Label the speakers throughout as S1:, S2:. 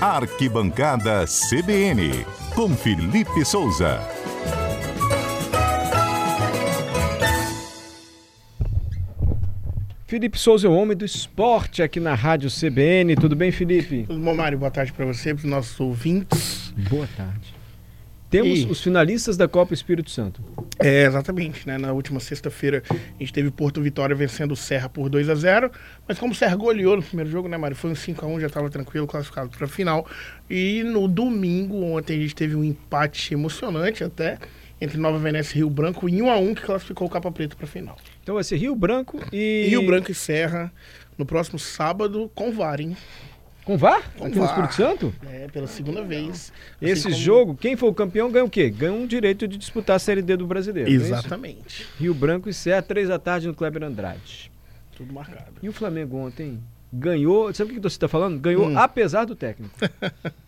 S1: Arquibancada CBN, com Felipe Souza.
S2: Felipe Souza é o homem do esporte aqui na Rádio CBN. Tudo bem, Felipe?
S3: Tudo bom, Mário? Boa tarde para você, para os nossos ouvintes.
S2: Boa tarde. Temos
S3: E-
S2: os finalistas da Copa Espírito Santo.
S3: É, exatamente, né? Na última sexta-feira a gente teve Porto Vitória vencendo o Serra por 2 a 0 mas como o Serra goleou no primeiro jogo, né, Mário? Foi um 5 a 1 já estava tranquilo, classificado para a final. E no domingo, ontem, a gente teve um empate emocionante até entre Nova Venécia e Rio Branco, em 1 a 1 que classificou o Capa Preto para a final.
S2: Então vai ser Rio Branco e.
S3: Rio Branco e Serra no próximo sábado com VAR, hein?
S2: Com VAR?
S3: Com
S2: aqui no
S3: VAR.
S2: Espírito Santo?
S3: É, pela segunda vez. Assim
S2: Esse
S3: como-
S2: jogo, quem for o campeão ganha o quê? Ganha um direito de disputar a Série D do brasileiro. não é isso?
S3: Exatamente.
S2: Rio Branco e Serra, três da tarde no Kleber Andrade.
S3: Tudo marcado.
S2: E o Flamengo ontem ganhou. Sabe o que você está falando? Ganhou
S3: Hum.
S2: apesar do técnico.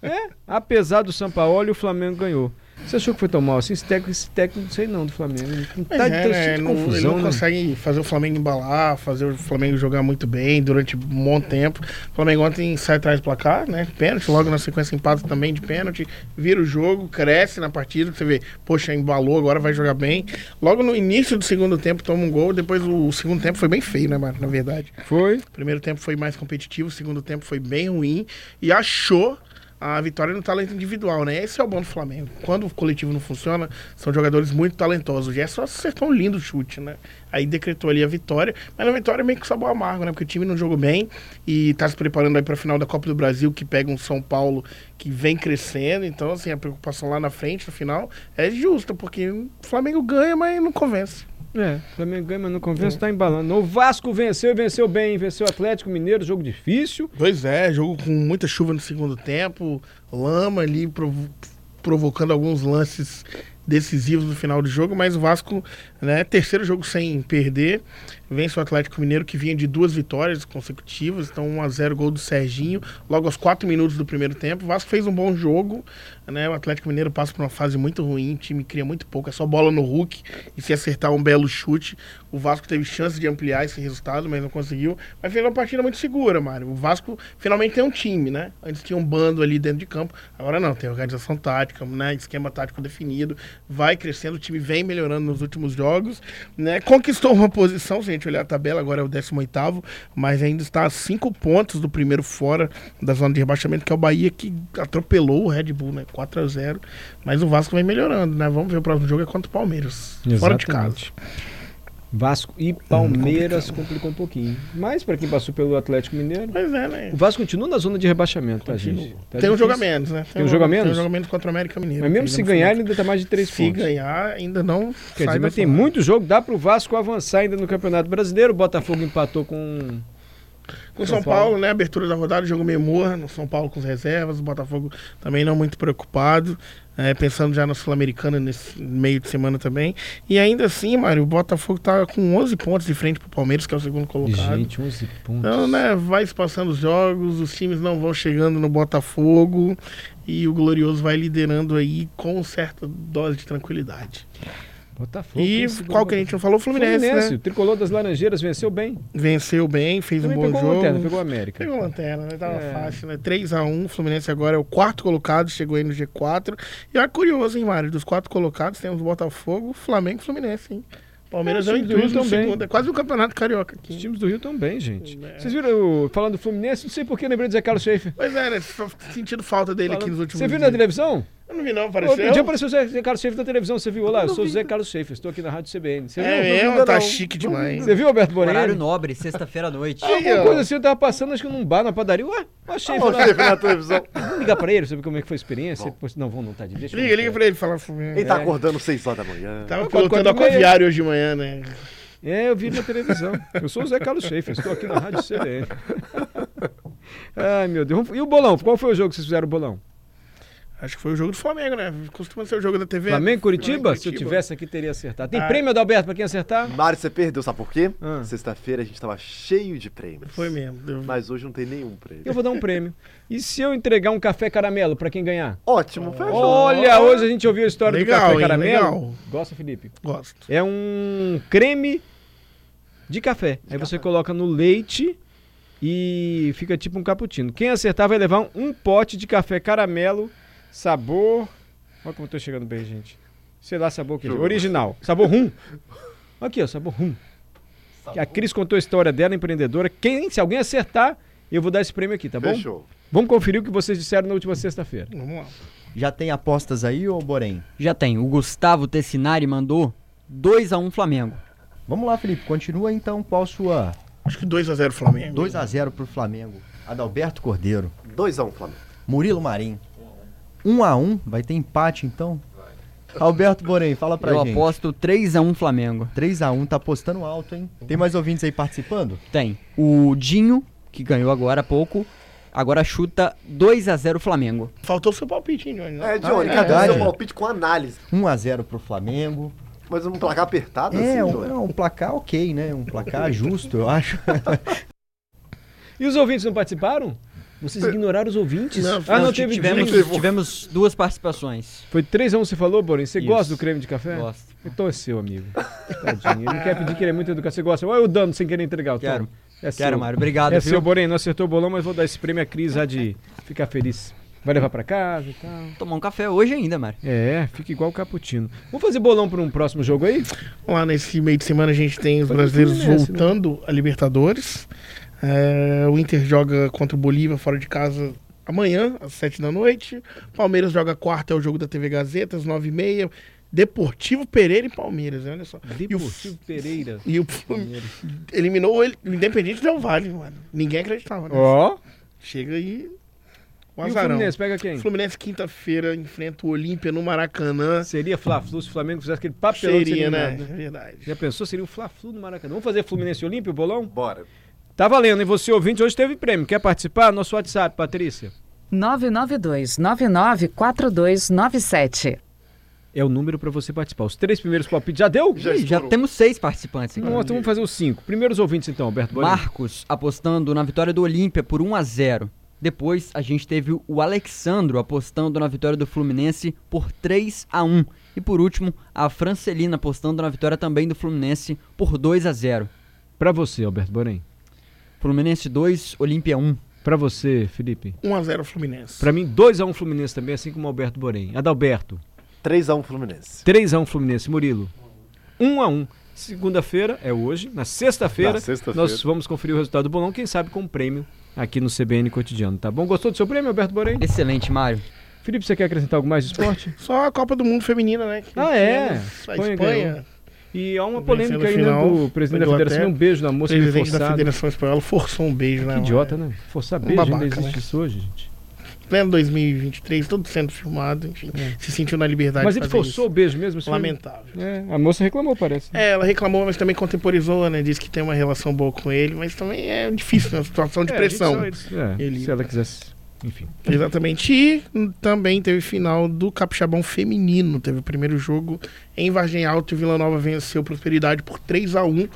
S2: é, apesar do Sampaoli, o Flamengo ganhou. Você achou que foi tão mal assim? Esse técnico, esse técnico não sei não, do Flamengo. Não
S3: Mas
S2: Tá
S3: é,
S2: tá
S3: né?
S2: cheio de
S3: não, ele
S2: confusão,
S3: não
S2: né?
S3: consegue fazer o Flamengo embalar, fazer o Flamengo jogar muito bem durante um bom tempo. O Flamengo ontem sai atrás do placar, né? Pênalti, logo na sequência empata também de pênalti, vira o jogo, cresce na partida, você vê, poxa, embalou, agora vai jogar bem. Logo no início do segundo tempo toma um gol, depois o segundo tempo foi bem feio, né, Mário? Na verdade.
S2: Foi.
S3: O primeiro tempo foi mais competitivo, o segundo tempo foi bem ruim e achou a vitória no talento individual, né? Esse é o bom do Flamengo. Quando o coletivo não funciona, são jogadores muito talentosos. O Gerson acertou um lindo chute, né? Aí decretou ali a vitória, mas a vitória é meio que sabor amargo, né? Porque o time não jogou bem e tá se preparando aí pra final da Copa do Brasil, que pega um São Paulo que vem crescendo. Então, assim, a preocupação lá na frente, no final, é justa, porque o Flamengo ganha, mas não convence.
S2: É, o Flamengo ganha, mas não
S3: É.
S2: convence, tá embalando. O Vasco venceu e venceu bem. Venceu o Atlético Mineiro, jogo difícil.
S3: Pois é, jogo com muita chuva no segundo tempo, lama ali provo- provocando alguns lances decisivos no final do jogo, mas o Vasco, né, terceiro jogo sem perder, vence o Atlético Mineiro que vinha de duas vitórias consecutivas, então 1 a 0 gol do Serginho, logo aos 4 minutos do primeiro tempo. O Vasco fez um bom jogo, né? O Atlético Mineiro passa por uma fase muito ruim, o time cria muito pouco, é só bola no Hulk e se acertar um belo chute, o Vasco teve chance de ampliar esse resultado, mas não conseguiu. Mas fez uma partida muito segura, Mário. O Vasco finalmente tem um time, né? Antes tinha um bando ali dentro de campo, agora não, tem organização tática, né? Esquema tático definido, vai crescendo, o time vem melhorando nos últimos jogos, né? Conquistou uma posição, se a gente olhar a tabela, agora é o 18º, mas ainda está a 5 pontos do primeiro fora da zona de rebaixamento, que é o Bahia que atropelou o Red Bull, né? 4 a 0 mas o Vasco vem melhorando, né? Vamos ver o próximo jogo é contra o Palmeiras, fora de casa.
S2: Exatamente. Vasco e Palmeiras complicou um pouquinho. Mas pra quem passou pelo Atlético Mineiro,
S3: Pois é, né?
S2: o Vasco continua na zona de rebaixamento, tá, gente?
S3: Continua.
S2: Tá
S3: tem um
S2: difícil.
S3: jogo a menos, né?
S2: Tem um jogo a
S3: Tem um
S2: menos?
S3: jogo a menos contra o América Mineiro.
S2: Mas mesmo
S3: Ainda
S2: se
S3: não
S2: ganhar,
S3: foi-
S2: ele ainda tá mais de três
S3: se
S2: pontos.
S3: ganhar, ainda não.
S2: Quer
S3: sai
S2: dizer,
S3: da
S2: mas tem
S3: zona.
S2: muito jogo, dá pro Vasco avançar ainda no Campeonato Brasileiro. O Botafogo empatou com. um
S3: Com o
S2: São
S3: São Paulo,
S2: Paulo,
S3: né? Abertura da rodada, jogo meio morno. São Paulo com as reservas, o Botafogo também não muito preocupado. é, pensando já na Sul-Americana nesse meio de semana também. E ainda assim, Mário, o Botafogo tá com 11 pontos de frente pro Palmeiras, que é o segundo colocado.
S2: 11 pontos.
S3: Então, né, vai se passando os jogos, os times não vão chegando no Botafogo e o Glorioso vai liderando aí com certa dose de tranquilidade.
S2: Botafogo.
S3: E
S2: esse
S3: qual
S2: gol-
S3: que a gente não falou? O Fluminense,
S2: Fluminense,
S3: né?
S2: o tricolor das Laranjeiras venceu bem.
S3: Venceu bem, fez
S2: Também
S3: um bom
S2: pegou
S3: jogo.
S2: a lanterna, pegou a América.
S3: Pegou a lanterna, né? Tava
S2: É.
S3: fácil, né? 3x1, o Fluminense agora é o quarto colocado, chegou aí no G4. E olha curioso, hein, Mário? Dos quatro colocados, temos Botafogo, Flamengo e Fluminense, hein? Palmeiras
S2: É,
S3: é,
S2: os
S3: o
S2: times do
S3: intuito
S2: Rio também.
S3: segundo. É quase o campeonato carioca
S2: Os
S3: aqui.
S2: times do Rio também, gente.
S3: É.
S2: Vocês viram eu falando do Fluminense? Não sei por que lembrei do Zé Carlos Schaefer.
S3: Pois é, né? Só Sentindo falta dele aqui nos últimos
S2: Você viu na
S3: dias.
S2: televisão?
S3: Eu não vi não,
S2: Outro dia
S3: apareceu?
S2: apareceu o Zé Zé Carlos Schaefer na televisão. Você viu? Olá, eu sou o Zé Carlos Schaefer, estou aqui na Rádio CBN. Você
S3: É
S2: viu?
S3: mesmo,
S4: não,
S3: tá
S4: não.
S3: chique demais.
S2: Você viu, Alberto
S4: Horário
S2: Bonelli?
S4: nobre, sexta-feira à noite.
S3: Aí,
S2: Uma
S3: ó.
S2: coisa assim, eu tava passando, acho que num bar, na padaria. Ué,
S3: Ah,
S2: achei. "Ah,
S4: Ô, chefe, Tá na televisão.
S2: Vamos ligar pra ele, saber como é que foi a experiência. Ele falou assim, Não, vão não, tá de deixa. eu
S3: Liga, liga
S2: ligar.
S3: pra ele falar Fluminense.
S4: Ele tá acordando 6 horas da manhã.
S3: Tava
S2: Quatro,
S3: pilotando a
S2: quatro e meia.
S3: Coviário hoje de manhã, né?
S2: É, eu vi na televisão. Eu sou o Zé Carlos Schaefer, estou aqui na Rádio CBN. Ai, meu Deus. E o bolão? Qual foi o jogo que vocês fizeram o bolão?
S3: Acho que foi o jogo do Flamengo, né? Costuma ser o jogo da TV.
S2: Flamengo e Curitiba?
S3: Flamengo e
S2: Se eu
S3: Curitiba.
S2: tivesse aqui, teria acertado. Tem
S3: Ah.
S2: prêmio, Adalberto, pra quem acertar?
S5: Mário, você perdeu, sabe por quê?
S2: Ah.
S5: Sexta-feira a gente tava cheio de prêmios.
S3: Foi mesmo. Deu-
S5: Mas hoje não tem nenhum prêmio.
S2: Eu vou dar um prêmio. E se eu entregar um café caramelo pra quem ganhar?
S5: Ótimo, fechou.
S2: Olha, hoje a gente ouviu a história
S3: Ah, Legal,
S2: do café
S3: hein?
S2: caramelo.
S3: Legal.
S2: Gosta, Felipe?
S3: Gosto.
S2: É um creme de café. Aí você coloca no leite e fica tipo um cappuccino. Quem acertar vai levar um, um pote de café caramelo, sabor. Olha como eu tô chegando bem, gente. Sei lá, sabor que. Original. Sabor rum. Aqui, ó, sabor rum. Que A Cris contou a história dela, empreendedora. Quem, se alguém acertar, eu vou dar esse prêmio aqui, tá bom?
S5: Fechou.
S2: Vamos conferir o que vocês disseram na última sexta-feira.
S3: Vamos lá.
S4: Já tem apostas aí, ô Borém?
S6: Já tem. O Gustavo Tessinari mandou 2x1 Flamengo.
S4: Vamos lá, Felipe. Continua então. Qual sua?
S3: Acho que 2x0 Flamengo.
S4: 2 a 0 pro Flamengo. Adalberto Cordeiro.
S5: 2x1, Flamengo.
S4: Murilo Marim. 1 a 1 Vai ter empate então? Alberto Borém, fala pra
S6: Eu
S4: gente.
S6: aposto 3x1 Flamengo.
S4: 3x1, tá apostando alto, hein? Tem mais ouvintes aí participando?
S6: Tem. O Dinho, que ganhou agora há pouco, agora chuta 2x0 Flamengo.
S3: Faltou o seu palpite, hein,
S2: Tá,
S3: Johnny?
S5: É, Johnny,
S4: é
S5: cadê o
S4: verdade.
S5: seu palpite com análise?
S4: 1x0 pro Flamengo.
S5: Mas um placar apertado
S4: É,
S5: assim,
S4: um,
S5: Johnny?
S4: é um placar ok, né? Um placar justo, eu acho.
S2: E os ouvintes não participaram? Vocês ignoraram os ouvintes?
S3: Não,
S2: ah, não
S6: Ti-
S2: teve
S6: tivemos,
S2: vídeo.
S6: tivemos duas participações.
S2: Foi 3x1 você falou, Borin? Você
S6: Isso.
S2: gosta do creme de café?
S6: Gosto.
S2: Então é seu, amigo. Tadinho. Ele não quer pedir que ele é muito educado. Você gosta? Olha eu dando sem querer entregar. o
S6: Quero.
S2: É
S6: Quero,
S2: seu.
S6: Mário. Obrigado,
S2: é
S6: viu?
S2: seu, Borin. Não acertou o bolão, mas vou dar esse prêmio à Cris já de ficar feliz. Vai levar pra casa e tal.
S6: Tomar um café hoje ainda, Mário.
S2: É, fica igual o Caputino. Vamos fazer bolão pra um próximo jogo aí?
S3: Vamos lá, nesse meio de semana a gente tem os
S2: Foi
S3: brasileiros
S2: muito nesse, né?
S3: voltando a Libertadores. É, o Inter joga contra o Bolívia fora de casa amanhã, às 7 da noite. Palmeiras joga quarta, é o jogo da TV Gazeta, às 9h30. Deportivo Pereira e Palmeiras, né? olha só.
S2: Deportivo Pereira.
S3: E o Palmeiras eliminou ele- o Independente Del Vale, mano. Ninguém acreditava, né?
S2: Ó.
S3: Chega aí. O
S2: E o
S3: azarão.
S2: Fluminense pega quem?
S3: Fluminense, quinta-feira, enfrenta o Olímpia no Maracanã.
S2: Seria Fla-Flu se o Flamengo fizesse aquele papelão de ser
S3: Seria, né?
S2: eliminado, né?
S3: Verdade.
S2: Já pensou? Seria o Fla-Flu no Maracanã. Vamos fazer Fluminense e Olímpio, bolão?
S5: Bora.
S2: Tá valendo, hein? Você ouvinte hoje teve prêmio. Quer participar? Nosso WhatsApp, Patrícia.
S7: 992994297.
S2: É o número pra você participar. Os três primeiros palpites. Já deu?
S5: Já
S6: Ih, já
S5: estourou.
S6: temos seis participantes aqui.
S2: Nossa, então vamos fazer os cinco. Primeiros ouvintes, então, Alberto Bolinho.
S6: Marcos apostando na vitória do Olímpia por 1 a 0. Depois a gente teve o Alexandro apostando na vitória do Fluminense por 3 a 1. E por último, a Francelina apostando na vitória também do Fluminense por 2 a 0.
S2: Pra você, Alberto Borém.
S6: Fluminense 2, Olímpia 1.
S2: Pra você, Felipe.
S3: 1x0 Fluminense.
S2: Pra mim, 2x1 Fluminense também, assim como Alberto Borém. Adalberto,
S5: 3x1 Fluminense.
S2: 3x1 Fluminense. Murilo, 1x1. Segunda-feira é hoje. Na sexta-feira,
S5: Na sexta-feira.
S2: nós vamos conferir o resultado do bolão, quem sabe com um prêmio aqui no CBN Cotidiano, tá bom? Gostou do seu prêmio, Alberto Borém?
S5: É.
S6: Excelente, Mário.
S2: Felipe, você quer acrescentar algo mais de esporte?
S3: Só a Copa do Mundo Feminina, né? que
S2: Ah, é.
S3: tivemos A
S2: Espanha
S3: Espanha,
S2: E há uma
S3: Vencendo
S2: polêmica aí, né,
S3: final,
S2: do presidente da
S3: Inglaterra.
S2: federação. Um beijo na moça, ele
S3: presidente da
S2: forçado.
S3: Federação Espanhola, forçou um beijo, né?
S2: Que
S3: mano?
S2: idiota, né? Forçar beijo,
S3: babaca,
S2: ainda existe
S3: né?
S2: isso hoje, gente.
S3: Pleno 2023, todo sendo filmado, enfim. Se sentiu na liberdade
S2: É. Mas
S3: de
S2: ele
S3: fazer
S2: forçou o beijo mesmo,
S3: isso.
S2: assim.
S3: Lamentável.
S2: É, a moça reclamou, parece. né?
S3: É, ela reclamou, mas também contemporizou, né? Disse que tem uma relação boa com ele, mas também é difícil, né? Situação de pressão.
S2: É,
S3: Ele-
S2: Se ela quisesse. Enfim.
S3: Exatamente. E também teve final do Capixabão Feminino. Teve o primeiro jogo em Vargem Alto e Vila Nova venceu Prosperidade por 3 a 1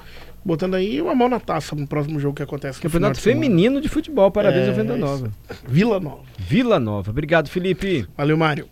S3: botando aí uma mão na taça no próximo jogo que acontece no
S2: Campeonato
S3: final de semana.
S2: Feminino de Futebol, parabéns
S3: É,
S2: ao Venda
S3: é
S2: Nova.
S3: Vila Nova.
S2: Vila Nova. Obrigado, Felipe.
S3: Valeu, Mário.